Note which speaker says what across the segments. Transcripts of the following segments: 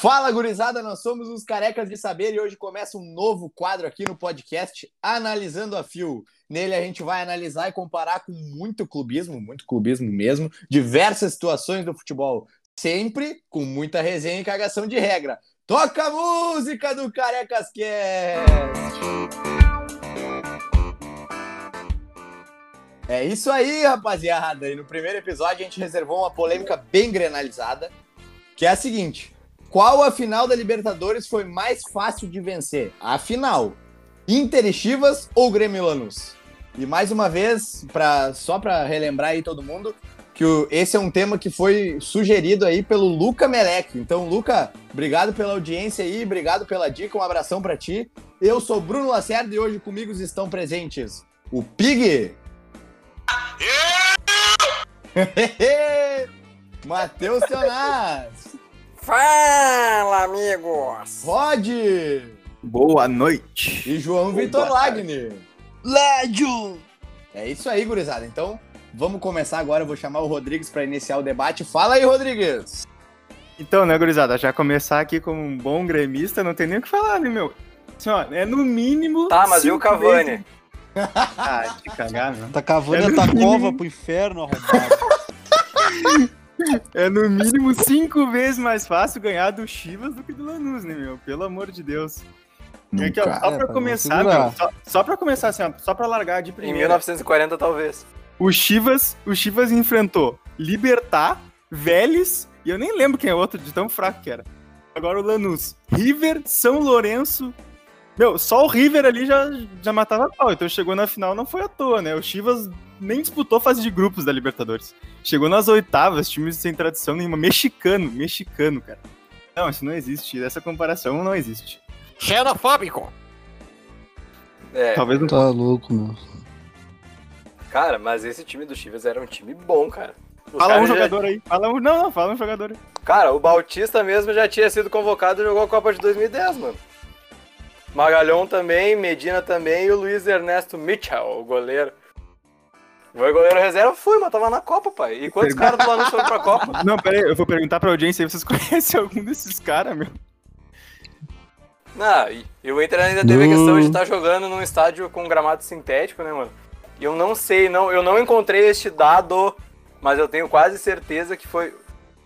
Speaker 1: Fala, gurizada! Nós somos os Carecas de Saber e hoje começa um novo quadro aqui no podcast Analisando a Fio. Nele a gente vai analisar e comparar com muito clubismo, muito clubismo mesmo, diversas situações do futebol, sempre com muita resenha e cagação de regra. Toca a música do Carecas Cast! É isso aí, rapaziada! E no primeiro episódio a gente reservou uma polêmica bem granalizada, que é a seguinte... Qual a final da Libertadores foi mais fácil de vencer? A final, Inter e Chivas ou Grêmio e Lanús? E mais uma vez, pra, só para relembrar aí todo mundo, que o- esse é um tema que foi sugerido aí pelo Luca Melec. Então, Luca, obrigado pela audiência aí, obrigado pela dica, um abração para ti. Eu sou Bruno Lacerda e hoje comigo estão presentes o Pig, Matheus Sionaz,
Speaker 2: Fala, amigos!
Speaker 1: Rod...
Speaker 3: Boa noite.
Speaker 1: E João
Speaker 3: Ou
Speaker 1: Vitor
Speaker 3: boa tarde.
Speaker 1: Lagner.
Speaker 2: Lédio!
Speaker 1: É isso aí, gurizada. Então, vamos começar agora. Eu vou chamar o Rodrigues para iniciar o debate. Fala aí, Rodrigues.
Speaker 3: Então, né, gurizada, já começar aqui como um bom gremista, não tem nem o que falar, né, meu? Assim, ó, é no mínimo.
Speaker 2: Tá, mas e o
Speaker 3: cinco
Speaker 2: Cavani?
Speaker 3: vezes- Ah, de cagar, meu.
Speaker 4: Tá cavando
Speaker 3: É
Speaker 4: a tua
Speaker 3: no
Speaker 4: cova
Speaker 3: mínimo.
Speaker 4: pro inferno, arrombado.
Speaker 3: É no mínimo cinco vezes mais fácil ganhar do Chivas do que do Lanús, né, meu? Pelo amor de Deus. E aqui, ó, só
Speaker 4: É,
Speaker 3: pra
Speaker 4: pra
Speaker 3: começar,
Speaker 4: segurar.
Speaker 3: meu, só, só pra começar, assim, ó, só pra largar de
Speaker 2: Em
Speaker 3: primeira.
Speaker 2: 1940, talvez.
Speaker 3: O Chivas, o Chivas enfrentou Libertar, Vélez, e eu nem lembro quem é outro de tão fraco que era. Agora o Lanús. River, São Lourenço. Meu, só o River ali já, já matava a pau. Então chegou na final, não foi à toa, né? O Chivas nem disputou fase de grupos da Libertadores. Chegou nas oitavas, times sem tradição nenhuma. Mexicano, mexicano, cara. Não, isso não existe. Essa comparação não existe.
Speaker 2: Xenofóbico! É,
Speaker 3: Talvez não.
Speaker 4: tá louco, meu.
Speaker 2: cara, mas esse time do Chivas era um time bom, cara. é- Os
Speaker 3: Fala um
Speaker 2: caras já-
Speaker 3: jogador aí. Fala um. Não, não, fala um jogador aí.
Speaker 2: Cara, o Bautista mesmo já tinha sido convocado e jogou a Copa de 2010, mano. Magalhão também, Medina também e o Luiz Ernesto Mitchell, o goleiro. Foi goleiro reserva? Fui, mas tava na Copa, pai. E quantos caras do Lanús foram pra Copa?
Speaker 3: Não, pera aí, eu vou perguntar pra audiência aí, vocês conhecem algum desses caras, meu?
Speaker 2: Não, Ah, e, e o Inter ainda teve a questão de estar jogando num estádio com gramado sintético, né, mano? E eu não sei, não, eu não encontrei este dado, mas eu tenho quase certeza que foi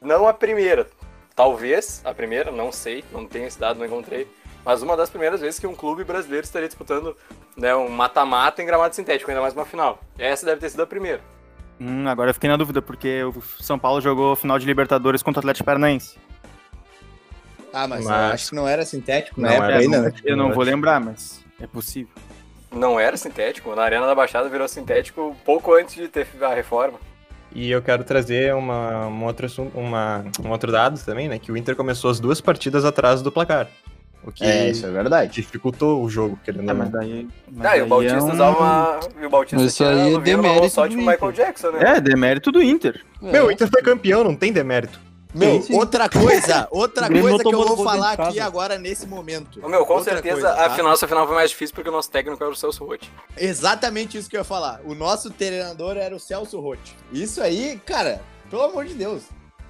Speaker 2: não a primeira. Talvez a primeira, não sei, não tenho esse dado, não encontrei. Mas uma das primeiras vezes que um clube brasileiro estaria disputando né, um mata-mata em gramado sintético, ainda mais uma final. Essa deve ter sido a primeira.
Speaker 3: Hum, agora eu fiquei na dúvida, porque o São Paulo jogou final de Libertadores contra o Atlético Paranaense.
Speaker 1: Ah, mas, eu
Speaker 5: Mas-
Speaker 1: acho que não era sintético na
Speaker 5: Não
Speaker 1: época
Speaker 5: era,
Speaker 1: ainda, né?
Speaker 3: Eu não vou lembrar, mas é possível.
Speaker 2: Não era sintético, na Arena da Baixada virou sintético pouco antes de ter a reforma.
Speaker 5: E eu quero trazer uma, um, outro assunto, uma, um outro dado também, né? Que o Inter começou as duas partidas atrás do placar. O que
Speaker 1: É, isso é verdade.
Speaker 5: dificultou o jogo, querendo
Speaker 3: Ah,
Speaker 5: ou não.
Speaker 3: mas daí. Mas
Speaker 2: Ah, e o Bautista
Speaker 3: é um-
Speaker 2: usava. E o Bautista
Speaker 4: Mas isso
Speaker 2: tinha
Speaker 4: aí é
Speaker 2: no Vila Nova
Speaker 4: demérito
Speaker 2: só
Speaker 4: do
Speaker 2: tipo
Speaker 4: Inter.
Speaker 2: Michael Jackson, né?
Speaker 3: É, demérito do Inter.
Speaker 5: Meu, o Inter foi campeão, não tem demérito.
Speaker 1: Meu,
Speaker 4: Sim, sim.
Speaker 1: outra coisa, outra
Speaker 4: O Grêmio
Speaker 1: coisa
Speaker 4: não
Speaker 1: que eu
Speaker 4: tomou
Speaker 1: vou
Speaker 4: gol dentro
Speaker 1: falar
Speaker 4: de casa.
Speaker 1: aqui agora nesse momento.
Speaker 2: Ô, Meu, com
Speaker 1: Outra
Speaker 2: certeza
Speaker 1: coisa,
Speaker 2: a
Speaker 1: tá?
Speaker 2: final, essa final foi mais difícil porque o nosso técnico era o Celso Rotti.
Speaker 1: Exatamente isso que eu ia falar. O nosso treinador era o Celso Rotti. Isso aí, cara, pelo amor de Deus.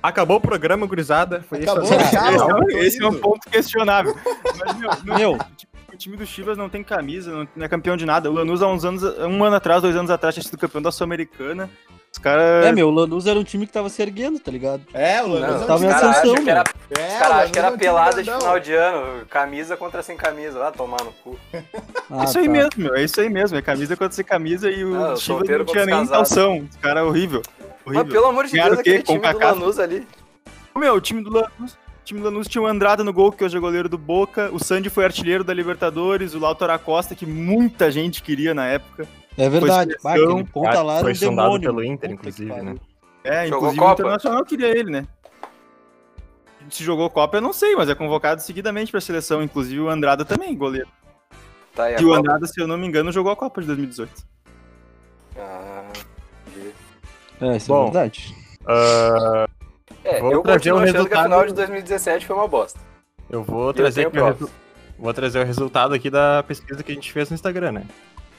Speaker 5: Acabou o programa, gurizada. Foi
Speaker 1: Acabou,
Speaker 5: isso. aí.
Speaker 1: tchau.
Speaker 3: esse é,
Speaker 1: não,
Speaker 3: um- esse é
Speaker 1: doido.
Speaker 3: um ponto questionável. Mas, meu, não-
Speaker 4: Meu,
Speaker 3: o time do Chivas não tem camisa, não, não é campeão de nada. O Lanús há uns anos, um ano atrás, dois anos atrás, tinha sido campeão da Sul-Americana. Os caras.
Speaker 4: é, meu, o Lanús era um time que tava se erguendo, tá ligado?
Speaker 1: É, o
Speaker 2: Não,
Speaker 1: Lanús
Speaker 4: tava
Speaker 2: os
Speaker 4: em
Speaker 1: time-
Speaker 2: caras
Speaker 4: ascensão,
Speaker 2: acham que era, os
Speaker 1: É, o
Speaker 2: cara acham que
Speaker 1: Lanús é
Speaker 2: era
Speaker 1: um time
Speaker 2: pelada de
Speaker 1: grandão.
Speaker 2: final de ano, camisa contra sem camisa, vai tomar no cu.
Speaker 4: Ah,
Speaker 3: É isso aí
Speaker 4: tá.
Speaker 3: mesmo, meu. É isso aí mesmo. É camisa contra sem camisa e o
Speaker 2: Ah, o
Speaker 3: Chivas
Speaker 2: solteiro
Speaker 3: não tinha
Speaker 2: contra os
Speaker 3: nem
Speaker 2: casados.
Speaker 3: calção. Os caras horrível. horrível.
Speaker 2: Mas pelo amor de
Speaker 3: Ganharam
Speaker 2: Deus,
Speaker 3: o quê?
Speaker 2: aquele time do
Speaker 3: Concacaf?
Speaker 2: Lanús ali.
Speaker 3: Meu, o time do Lanús. O time do Lanús tinha o Andrada no gol, que hoje é goleiro do Boca. O Sandy foi artilheiro da Libertadores. O Lautaro Acosta, que muita gente queria na época.
Speaker 4: É verdade.
Speaker 3: Foi
Speaker 4: Bah,
Speaker 3: seleção,
Speaker 4: aquele
Speaker 1: Ah,
Speaker 4: ponta lá era
Speaker 5: Ah, foi
Speaker 4: um
Speaker 5: sondado
Speaker 4: demônio.
Speaker 5: pelo Inter,
Speaker 4: Puta que
Speaker 5: inclusive,
Speaker 4: pariu.
Speaker 5: né?
Speaker 3: É,
Speaker 2: Jogou
Speaker 3: inclusive
Speaker 2: Copa.
Speaker 3: o Internacional queria ele, né? Se jogou Copa, eu não sei, mas é convocado seguidamente pra seleção. Inclusive o Andrada também, goleiro.
Speaker 2: Tá aí a
Speaker 3: E o
Speaker 2: Copa.
Speaker 3: Andrada, se eu não me engano, jogou a Copa de 2018.
Speaker 2: Ah, entendi.
Speaker 4: É, isso é
Speaker 5: Bom,
Speaker 4: verdade.
Speaker 2: É,
Speaker 5: Vamos
Speaker 2: eu
Speaker 5: trazer
Speaker 2: continuo
Speaker 5: um
Speaker 2: achando que a
Speaker 5: resultado-
Speaker 2: final de 2017 foi uma bosta.
Speaker 5: Eu vou
Speaker 2: Eu
Speaker 5: trazer,
Speaker 2: tenho
Speaker 5: aqui um o resu-
Speaker 2: provas.
Speaker 5: vou trazer o resultado aqui da pesquisa que a gente fez no Instagram, né?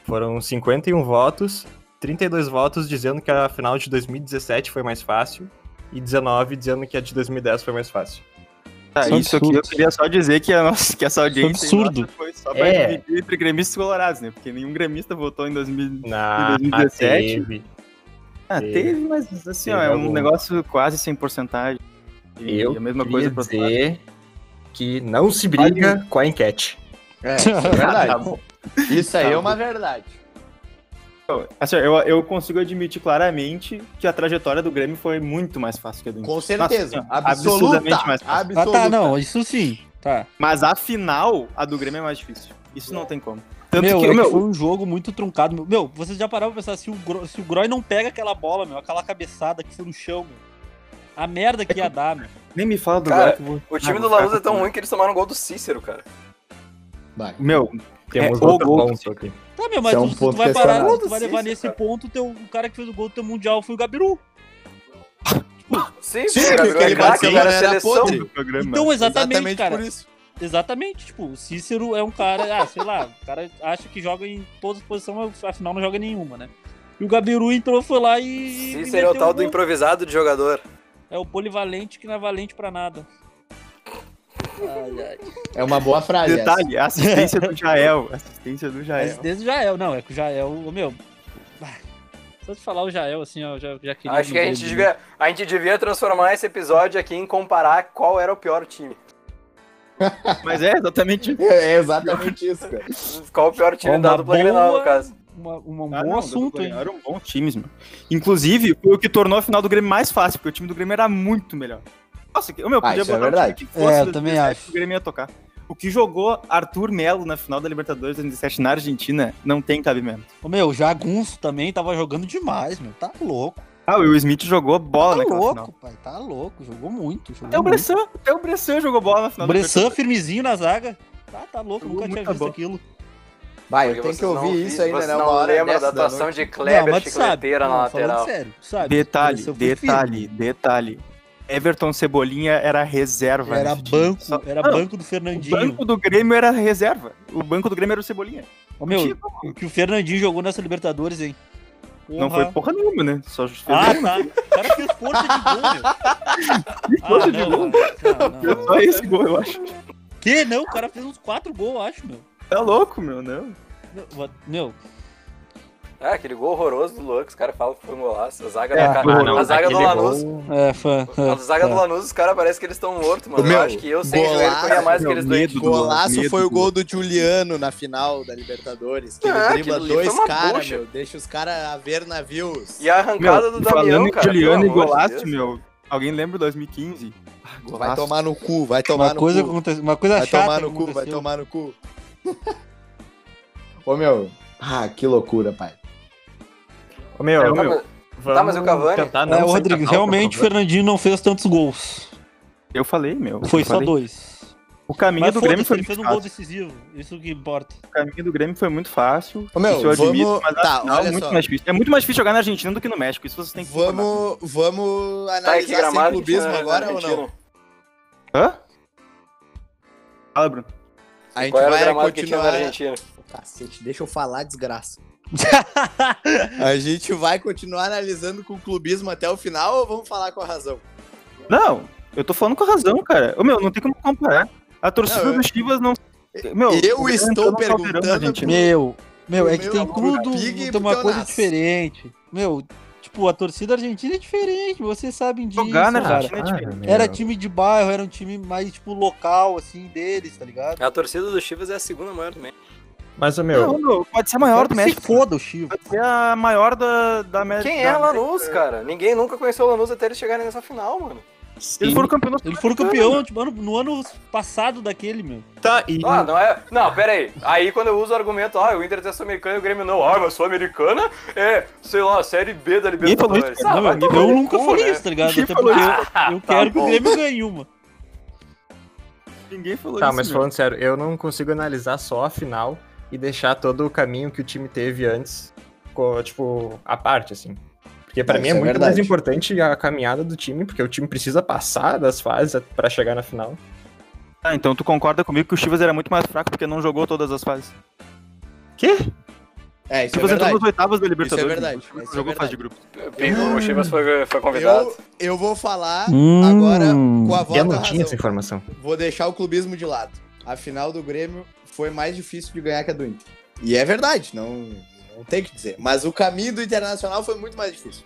Speaker 5: Foram 51 votos, 32 votos dizendo que a final de 2017 foi mais fácil e 19 dizendo que a de 2010 foi mais fácil.
Speaker 3: Tá,
Speaker 4: Isso é
Speaker 3: isso aqui eu
Speaker 4: absurdo.
Speaker 3: queria só dizer que, a nossa, que essa audiência aí
Speaker 4: absurdo.
Speaker 3: nossa foi só pra
Speaker 5: É.
Speaker 3: dividir entre gremistas e colorados, né? Porque nenhum gremista votou em 2000.
Speaker 5: Na
Speaker 3: Em 2017?
Speaker 5: Ah, teve.
Speaker 3: Ah,
Speaker 5: Teve.
Speaker 3: teve, mas assim, ó,
Speaker 5: Teve
Speaker 3: é um
Speaker 5: algum.
Speaker 3: negócio quase sem porcentagem. E
Speaker 5: Eu
Speaker 3: a mesma coisa
Speaker 5: queria
Speaker 3: pra
Speaker 5: dizer que não se briga com a enquete.
Speaker 1: É, isso é
Speaker 3: Tá
Speaker 1: verdade.
Speaker 3: bom.
Speaker 1: Isso aí
Speaker 3: Tá
Speaker 1: é uma verdade.
Speaker 3: Assim, ó, eu, eu consigo admitir claramente que a trajetória do Grêmio foi muito mais fácil que a do Inter.
Speaker 1: Com certeza.
Speaker 3: Nossa, assim,
Speaker 1: absoluta.
Speaker 3: absurdamente mais fácil.
Speaker 4: Ah,
Speaker 1: absoluta.
Speaker 4: tá, não, isso sim. Tá.
Speaker 3: Mas a final, a do Grêmio é mais difícil. Isso não tem como. Tanto
Speaker 4: meu,
Speaker 3: que,
Speaker 4: é que
Speaker 3: meu,
Speaker 4: foi um jogo muito truncado. meu. Meu, vocês já pararam pra pensar, se o, Gro, se o Groy não pega aquela bola, meu, aquela cabeçada que foi no chão, meu, a merda que ia dar, meu.
Speaker 3: nem me fala do
Speaker 2: Cara,
Speaker 3: Grêmio que eu vou-
Speaker 2: O
Speaker 3: Ah,
Speaker 2: time do
Speaker 3: vou ficar
Speaker 2: Laúza é tão
Speaker 3: com-
Speaker 2: ruim que eles tomaram um gol do Cícero, cara.
Speaker 1: Vai.
Speaker 3: Meu,
Speaker 5: Temos
Speaker 3: É, o
Speaker 5: outro
Speaker 3: gol.
Speaker 5: ponto aqui.
Speaker 4: Tá, meu, mas
Speaker 1: Isso é um
Speaker 4: tu, se tu
Speaker 1: ponto
Speaker 4: vai parar,
Speaker 2: questionável.
Speaker 4: tu vai levar nesse ponto, teu, o cara que fez o gol do teu mundial foi o Gabiru.
Speaker 2: Sim,
Speaker 1: Sim,
Speaker 2: pô,
Speaker 1: porque
Speaker 2: Gabriel é
Speaker 1: ele
Speaker 2: craque,
Speaker 1: bateu,
Speaker 2: cara,
Speaker 1: era
Speaker 2: seleção.
Speaker 1: podre.
Speaker 3: do programa.
Speaker 4: Então, exatamente,
Speaker 1: É, Exatamente
Speaker 4: cara.
Speaker 1: por isso.
Speaker 4: Exatamente, tipo, o Cícero é um cara, ah, sei lá, o cara acha que joga em todas as posições, mas afinal não joga nenhuma, né? E o Gabiru entrou, foi lá e. e
Speaker 2: Cícero é o
Speaker 4: meteu
Speaker 2: tal do
Speaker 4: gol.
Speaker 2: improvisado de jogador.
Speaker 4: É o polivalente que não é valente pra nada. Ai, ai.
Speaker 1: É uma boa frase. essa.
Speaker 3: Detalhe, a assistência do Jael. a Assistência do
Speaker 4: Mas
Speaker 3: Jael.
Speaker 4: desde o Jael, não, é que o Jael, ô, meu. bah, Só de falar o Jael, assim, ó, já, já queria.
Speaker 2: Acho
Speaker 4: no
Speaker 2: que a
Speaker 4: gol
Speaker 2: gente,
Speaker 4: dele.
Speaker 2: devia, a gente devia transformar esse episódio aqui em comparar qual era o pior time.
Speaker 3: Mas é
Speaker 4: um
Speaker 3: exatamente
Speaker 1: É exatamente isso, cara.
Speaker 2: Qual o pior time
Speaker 4: Uma
Speaker 2: da dupla Grenal,
Speaker 4: boa-
Speaker 2: no caso.
Speaker 4: Uma, uma- um
Speaker 3: Ah,
Speaker 4: bom
Speaker 3: não,
Speaker 4: assunto,
Speaker 3: do-
Speaker 4: hein?
Speaker 3: Eram bons times, meu. Inclusive, foi o que tornou a final do Grêmio mais fácil, porque o time do Grêmio era muito melhor. Nossa, que- meu,
Speaker 1: Ah,
Speaker 3: podia
Speaker 1: isso é
Speaker 3: botar o
Speaker 1: verdade.
Speaker 3: time que
Speaker 4: É,
Speaker 3: fosse
Speaker 4: eu
Speaker 3: do
Speaker 4: também
Speaker 3: 2017
Speaker 4: acho.
Speaker 3: que o Grêmio ia tocar. O que jogou Arthur Melo na final da Libertadores 2017 na Argentina não tem cabimento.
Speaker 4: Ô, meu, o Jagunço também tava jogando demais, meu. Tá louco.
Speaker 3: Ah, o Will Smith jogou bola
Speaker 4: Tá
Speaker 2: né,
Speaker 3: naquela
Speaker 4: louco,
Speaker 3: final.
Speaker 4: pai. Tá louco. Jogou muito. Jogou
Speaker 3: Até o
Speaker 4: muito.
Speaker 3: Bressan, até o Bressan jogou bola na final
Speaker 4: O
Speaker 3: da
Speaker 4: Bressan
Speaker 3: Libertadores.
Speaker 4: firmezinho na zaga. Tá, tá louco,
Speaker 3: Jogou
Speaker 4: nunca tinha
Speaker 3: muita
Speaker 4: visto
Speaker 3: bola.
Speaker 4: aquilo.
Speaker 1: Vai, eu
Speaker 2: Porque
Speaker 1: tenho que
Speaker 2: vocês não
Speaker 1: ouvir
Speaker 2: vi-
Speaker 1: isso ainda,
Speaker 2: vocês
Speaker 1: né? Uma
Speaker 2: não
Speaker 1: hora
Speaker 2: lembra
Speaker 1: dessa
Speaker 2: da
Speaker 1: da
Speaker 2: atuação
Speaker 1: noite.
Speaker 2: de Kleber,
Speaker 4: mas tu sabe.
Speaker 2: chicleteira na
Speaker 4: não,
Speaker 2: lateral.
Speaker 4: Falando sério, tu sabe.
Speaker 3: Detalhe,
Speaker 4: Bressan foi
Speaker 3: detalhe, detalhe. Everton Cebolinha era reserva.
Speaker 4: firme. Era
Speaker 3: nesse time.
Speaker 4: banco,
Speaker 3: Só-
Speaker 4: era
Speaker 3: Não,
Speaker 4: banco do
Speaker 3: O
Speaker 4: Fernandinho.
Speaker 3: banco do Grêmio era reserva. O banco do Grêmio era o Cebolinha.
Speaker 4: Ô, meu,
Speaker 3: Tipo,
Speaker 4: o que o Fernandinho jogou nessa Libertadores, hein?
Speaker 3: Não
Speaker 4: Porra.
Speaker 3: foi porra nenhuma, né? Só fez
Speaker 4: Ah, tá. O cara fez força de gol, meu.
Speaker 3: força de
Speaker 4: não,
Speaker 3: gol.
Speaker 4: não, não, não, não.
Speaker 3: só esse gol, eu acho.
Speaker 4: Que não? O cara fez uns quatro gols, eu acho, meu.
Speaker 3: Tá louco, meu, não.
Speaker 4: Meu,
Speaker 2: Ah, aquele gol horroroso do Lucas, os caras falam que foi um golaço. A zaga,
Speaker 3: É,
Speaker 2: do, Ca-
Speaker 3: ah, não,
Speaker 2: a zaga do
Speaker 5: aquele
Speaker 2: Lanús.
Speaker 4: é, fã.
Speaker 2: A zaga do Lanús, os caras parecem que eles estão mortos, mano.
Speaker 1: Meu,
Speaker 2: eu acho que eu sem joelho
Speaker 1: golaço,
Speaker 2: corria mais que
Speaker 3: meu,
Speaker 2: eles dois.
Speaker 3: medo.
Speaker 1: Golaço
Speaker 3: Medo,
Speaker 1: foi o
Speaker 3: meu.
Speaker 1: gol do Juliano na final da Libertadores. Que
Speaker 2: Ah,
Speaker 1: ele dribla
Speaker 2: aquilo ali foi
Speaker 1: dois
Speaker 2: uma
Speaker 1: caras,
Speaker 2: bucha.
Speaker 1: meu. Deixa os caras a ver navios.
Speaker 2: E a arrancada do Damião,
Speaker 3: falando
Speaker 2: cara.
Speaker 3: em Juliano e
Speaker 2: pelo amor de
Speaker 3: Golaço,
Speaker 2: Deus.
Speaker 3: meu. Alguém lembra o 2015? Ah,
Speaker 1: Vai
Speaker 3: golaço.
Speaker 1: tomar no cu, vai tomar
Speaker 4: Uma
Speaker 1: no
Speaker 4: coisa,
Speaker 1: cu.
Speaker 4: aconte- uma coisa
Speaker 1: Vai
Speaker 4: chata.
Speaker 1: tomar
Speaker 4: que
Speaker 1: no cu, vai
Speaker 4: aconteceu.
Speaker 1: tomar no cu. Ô, meu. Ah, que loucura, pai.
Speaker 5: Ô, meu,
Speaker 3: É,
Speaker 5: ô, meu,
Speaker 2: tá, mas o
Speaker 5: vamos
Speaker 2: Cavani?
Speaker 5: tentar não
Speaker 4: É, o
Speaker 1: tá
Speaker 5: ser canal,
Speaker 4: Rodrigues,
Speaker 5: por
Speaker 4: realmente o
Speaker 5: favor.
Speaker 4: Fernandinho não fez tantos gols.
Speaker 3: Eu falei, meu.
Speaker 4: Foi
Speaker 3: eu
Speaker 4: só
Speaker 3: falei.
Speaker 4: dois.
Speaker 3: O caminho
Speaker 4: Mas
Speaker 3: do Grêmio
Speaker 4: foda-se,
Speaker 3: foi
Speaker 4: ele
Speaker 3: muito
Speaker 4: fez um
Speaker 3: fácil.
Speaker 4: gol decisivo. Isso que importa.
Speaker 3: O caminho do Grêmio foi muito fácil.
Speaker 1: Ô, meu,
Speaker 3: isso eu admito,
Speaker 1: vamos-
Speaker 3: mas
Speaker 1: tá,
Speaker 3: tá, final,
Speaker 1: olha
Speaker 3: é muito
Speaker 1: só.
Speaker 3: mais difícil. É muito mais difícil jogar na Argentina do que no México. Isso você tem que concordar.
Speaker 1: Vamos, vamos
Speaker 2: Tá, e que
Speaker 1: analisar sem
Speaker 2: gramado né? que
Speaker 1: clubismo
Speaker 2: tinha na
Speaker 1: agora ou
Speaker 2: Argentina?
Speaker 1: não?
Speaker 3: Hã? Fala, Bruno.
Speaker 1: A gente
Speaker 2: Qual era o
Speaker 1: vai
Speaker 2: gramado que tinha na
Speaker 1: continuar...
Speaker 2: Argentina?
Speaker 1: Cacete, deixa eu falar, desgraça. A gente vai continuar analisando com clubismo até o final ou vamos falar com a razão?
Speaker 3: Não, eu tô falando com a razão, cara. Ô, meu, não tem como comparar. A torcida
Speaker 1: Não, eu-
Speaker 3: do Chivas não. Meu,
Speaker 1: Eu
Speaker 3: o Grêmio
Speaker 1: estou
Speaker 3: entrou no né, Caldeirão
Speaker 1: perguntando
Speaker 3: da Argentina.
Speaker 4: Meu, meu, é que
Speaker 1: Meu,
Speaker 4: tem
Speaker 1: o
Speaker 4: tudo,
Speaker 1: Big
Speaker 4: tem uma coisa
Speaker 1: Butonaço.
Speaker 4: diferente. Meu, tipo, a torcida argentina é diferente, vocês sabem disso,
Speaker 3: Jogar na
Speaker 4: cara.
Speaker 3: Argentina é diferente.
Speaker 5: meu.
Speaker 4: Era time de bairro, era um time mais, tipo, local, assim, deles, tá ligado?
Speaker 2: A torcida do Chivas é a segunda maior também.
Speaker 5: Mas, ô,
Speaker 3: Não,
Speaker 5: meu,
Speaker 3: meu, pode ser a maior do México.
Speaker 4: Se foda o Chivo.
Speaker 3: Pode ser a maior da, da América.
Speaker 2: Quem é
Speaker 3: da-
Speaker 2: Lanús, cara? Ninguém nunca conheceu o Lanús até eles chegarem nessa final, mano.
Speaker 3: Eles foram campeões.
Speaker 4: Ele foi campeão, tipo, ano- no ano passado daquele, meu.
Speaker 5: tá, e...
Speaker 2: Ah, não é. Não, pera aí. Aí quando eu uso o argumento, ó, o Inter é sul-americano e o Grêmio não. Ah, mas sul-americana é, sei lá, série B da
Speaker 3: Ninguém falou isso,
Speaker 2: Libertadores.
Speaker 3: cara.
Speaker 2: Ah,
Speaker 4: Não,
Speaker 2: vai
Speaker 4: eu,
Speaker 2: tomar
Speaker 4: eu
Speaker 2: no
Speaker 4: nunca
Speaker 2: cu,
Speaker 4: falei
Speaker 2: né?
Speaker 4: isso, tá ligado?
Speaker 3: Quem
Speaker 4: Até
Speaker 3: falou
Speaker 4: porque eu, eu
Speaker 2: Tá
Speaker 4: quero que o
Speaker 2: bom.
Speaker 4: Grêmio ganhe uma.
Speaker 3: Ninguém falou
Speaker 5: Tá,
Speaker 3: isso.
Speaker 5: mas
Speaker 3: meu.
Speaker 5: falando sério, eu não consigo analisar só a final e deixar todo o caminho que o time teve antes, co- tipo, à parte, assim. Porque pra
Speaker 1: Não,
Speaker 5: mim é
Speaker 1: isso é
Speaker 5: muito mais
Speaker 1: verdade.
Speaker 5: importante a caminhada do time, porque o time precisa passar das fases pra chegar na final.
Speaker 3: Ah, então tu concorda comigo que o Chivas era muito mais fraco porque não jogou todas as fases.
Speaker 1: É, isso é
Speaker 3: Chivas entrou
Speaker 1: verdade.
Speaker 3: nas oitavas da Libertadores. né,
Speaker 1: verdade,
Speaker 3: O Chivas
Speaker 1: isso é
Speaker 3: jogou fase
Speaker 1: verdade.
Speaker 3: de grupo.
Speaker 2: Pegou, o Chivas foi, foi convidado.
Speaker 1: Eu, eu vou falar
Speaker 4: Hum.
Speaker 1: agora com a
Speaker 5: E eu
Speaker 1: volta
Speaker 5: não tinha
Speaker 1: razão.
Speaker 5: essa informação.
Speaker 1: Vou deixar o clubismo de lado. A final do Grêmio foi mais difícil de ganhar que a do Inter. E é verdade, não, não tem o que dizer. Mas o caminho do Internacional foi muito mais difícil.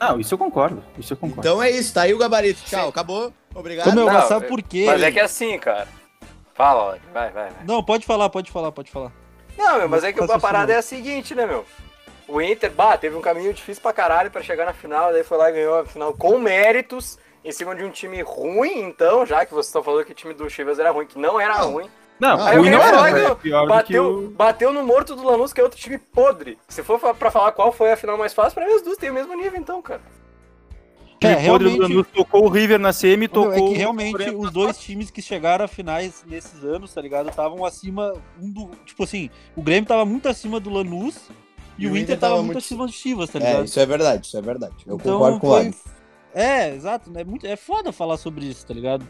Speaker 3: Não, isso eu concordo. Isso eu concordo.
Speaker 1: Então é isso, tá aí o gabarito. Tchau, acabou. Obrigado.
Speaker 4: Ô, meu,
Speaker 2: Não,
Speaker 4: mas sabe
Speaker 2: é-
Speaker 4: por quê?
Speaker 2: Mas é que é assim, cara. Fala, Alec, vai, vai, vai.
Speaker 4: Não, pode falar, pode falar, pode falar.
Speaker 2: Não, meu, mas é que
Speaker 4: Raciocínio.
Speaker 2: a parada é a seguinte, né, meu? O Inter, bah, teve um caminho difícil pra caralho pra chegar na final, daí foi lá e ganhou a final com méritos, em cima de um time ruim, então, já que vocês estão falando que o time do Chivas era ruim, que não era
Speaker 1: Não.
Speaker 2: ruim.
Speaker 3: Não,
Speaker 1: Ah,
Speaker 3: ruim
Speaker 1: eu
Speaker 3: não
Speaker 1: queria
Speaker 3: era,
Speaker 1: falar
Speaker 3: velho.
Speaker 2: que eu-
Speaker 3: né? Pior do que
Speaker 2: Bateu,
Speaker 3: o...
Speaker 2: bateu no morto do Lanús, que é outro time podre. Se for fa- pra falar qual foi a final mais fácil, pra mim as duas têm o mesmo nível, então, cara.
Speaker 3: o
Speaker 4: É,
Speaker 3: podre do
Speaker 4: realmente-
Speaker 3: Lanús tocou o River na semi,
Speaker 4: Meu,
Speaker 3: tocou...
Speaker 4: é que
Speaker 3: o
Speaker 4: realmente
Speaker 3: Floresta.
Speaker 4: os dois times que chegaram a finais nesses anos, tá ligado? Estavam acima um do. Tipo assim, o Grêmio tava muito acima do Lanús e, o Inter tava muito acima do Chivas, tá ligado?
Speaker 1: É, isso é verdade, isso é verdade. Eu
Speaker 4: Então
Speaker 1: concordo com o Alex.
Speaker 4: É, exato. né? É, muito... é foda falar sobre isso, tá ligado?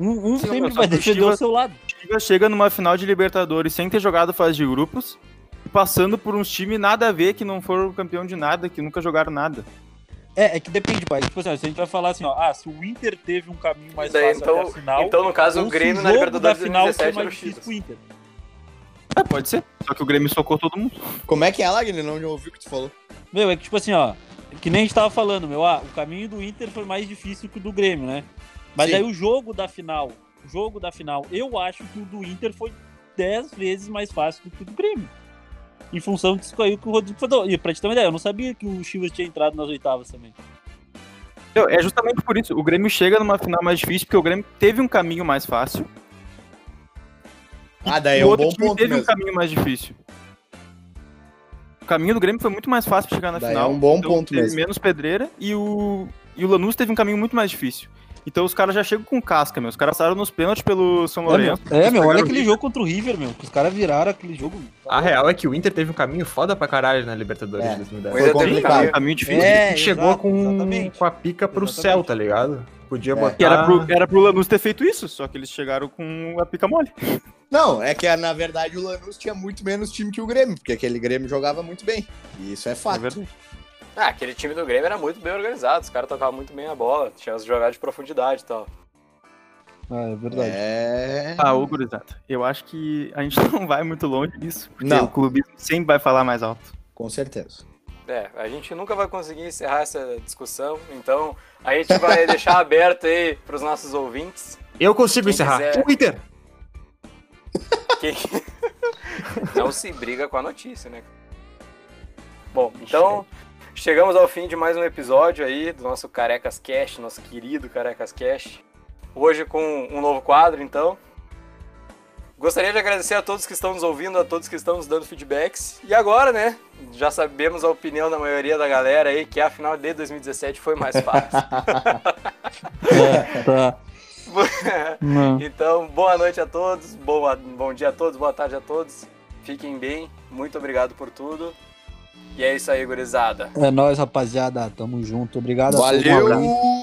Speaker 4: Um, um
Speaker 3: Sim,
Speaker 4: sempre
Speaker 3: meu, só
Speaker 4: vai
Speaker 3: que o
Speaker 4: defender o
Speaker 3: Chivas-
Speaker 4: seu lado.
Speaker 3: Chega- Chega numa final de Libertadores sem ter jogado fase de grupos e passando por uns times nada a ver, que não foram campeão de nada, que nunca jogaram nada.
Speaker 4: É, é que depende, pai. Tipo assim, ó, se a gente vai falar assim, ó, ah, se o Inter teve um caminho mais
Speaker 2: Daí,
Speaker 4: fácil
Speaker 2: então,
Speaker 4: até a final.
Speaker 2: então, no caso, o
Speaker 4: ou se
Speaker 2: Grêmio na
Speaker 4: jogo
Speaker 2: Libertadores
Speaker 4: da final foi
Speaker 2: 2017 era o
Speaker 4: mais difícil
Speaker 2: Chivas.
Speaker 4: pro Inter.
Speaker 3: É, pode ser. Só que o Grêmio socou todo mundo.
Speaker 1: Como é que é, Lagner? Não ouvi o que tu falou.
Speaker 4: Meu, é que tipo assim, ó. Que nem a gente tava falando, meu. Ah, o caminho do Inter foi mais difícil que o do Grêmio, né? Mas
Speaker 1: Sim.
Speaker 4: aí o jogo da final. O jogo da final. Eu acho que o do Inter foi 10 vezes mais fácil do que o do Grêmio. Em função disso aí que o Rodrigo falou. E pra te ter uma ideia, eu não sabia que o Chivas tinha entrado nas oitavas também.
Speaker 3: Meu, É justamente por isso. O Grêmio chega numa final mais difícil, porque o Grêmio teve um caminho mais fácil.
Speaker 1: Ah, daí
Speaker 3: e
Speaker 1: é
Speaker 3: o
Speaker 1: um
Speaker 3: outro
Speaker 1: bom
Speaker 3: time
Speaker 1: ponto
Speaker 3: teve um
Speaker 1: mesmo.
Speaker 3: caminho mais difícil. O caminho do Grêmio foi muito mais fácil pra chegar na
Speaker 1: Daí é
Speaker 3: final. Então,
Speaker 1: um bom ponto
Speaker 3: teve
Speaker 1: mesmo.
Speaker 3: menos pedreira e o, e o Lanús teve um caminho muito mais difícil. Então os caras já chegam com casca, meu. Os caras passaram nos pênaltis pelo São
Speaker 4: É, meu,
Speaker 3: Lourenço.
Speaker 4: é, meu, olha
Speaker 3: pegaram
Speaker 4: aquele
Speaker 3: o
Speaker 4: jogo contra o River, meu. que Os caras viraram aquele jogo.
Speaker 5: A real é que o Inter teve um caminho foda pra caralho na Libertadores
Speaker 1: É.
Speaker 5: de
Speaker 2: Pois
Speaker 5: 2010.
Speaker 1: Foi
Speaker 2: é, teve um
Speaker 1: complicado.
Speaker 2: caminho-
Speaker 3: caminho difícil.
Speaker 4: É,
Speaker 5: E chegou
Speaker 4: exato,
Speaker 5: com,
Speaker 4: exatamente.
Speaker 5: com a pica pro
Speaker 4: Exatamente.
Speaker 5: céu, tá ligado? Podia
Speaker 1: É.
Speaker 5: botar.
Speaker 3: Que era pro, era pro Lanús ter feito isso, só que eles chegaram com a pica mole.
Speaker 1: Não, é que na verdade o Lanús tinha muito menos time que o Grêmio, porque aquele Grêmio jogava muito bem. E isso é
Speaker 3: É
Speaker 1: fato.
Speaker 3: verdade.
Speaker 2: Ah, aquele time do Grêmio era muito bem organizado, os caras tocavam muito bem a bola, tinha as jogadas de profundidade e tal.
Speaker 4: Ah, é
Speaker 1: É.
Speaker 3: Ah, ô, gurizada, eu acho que a gente não vai muito longe disso, porque
Speaker 1: Não.
Speaker 3: o clube sempre vai falar mais alto.
Speaker 1: Com certeza.
Speaker 2: É, a gente nunca vai conseguir encerrar essa discussão, então a gente vai deixar aberto aí pros nossos ouvintes.
Speaker 5: Eu consigo
Speaker 2: Quem
Speaker 5: encerrar.
Speaker 2: quiser.
Speaker 5: O Inter!
Speaker 2: Quem... Não se briga com a notícia, né? Bom, então chegamos ao fim de mais um episódio aí do nosso Carecas Cast, nosso querido Carecas Cast. Hoje com um novo quadro, então. Gostaria de agradecer a todos que estão nos ouvindo, a todos que estão nos dando feedbacks. E agora, né? Já sabemos a opinião da maioria da galera aí que a final de 2017 foi mais fácil.
Speaker 4: É, tá. Não.
Speaker 2: Então, boa noite a todos, boa, bom dia a todos, boa tarde a todos. Fiquem bem, muito obrigado por tudo. E é isso aí, gurizada.
Speaker 4: É nóis, rapaziada. Tamo junto. Obrigado a todos. Um abraço.
Speaker 1: Valeu!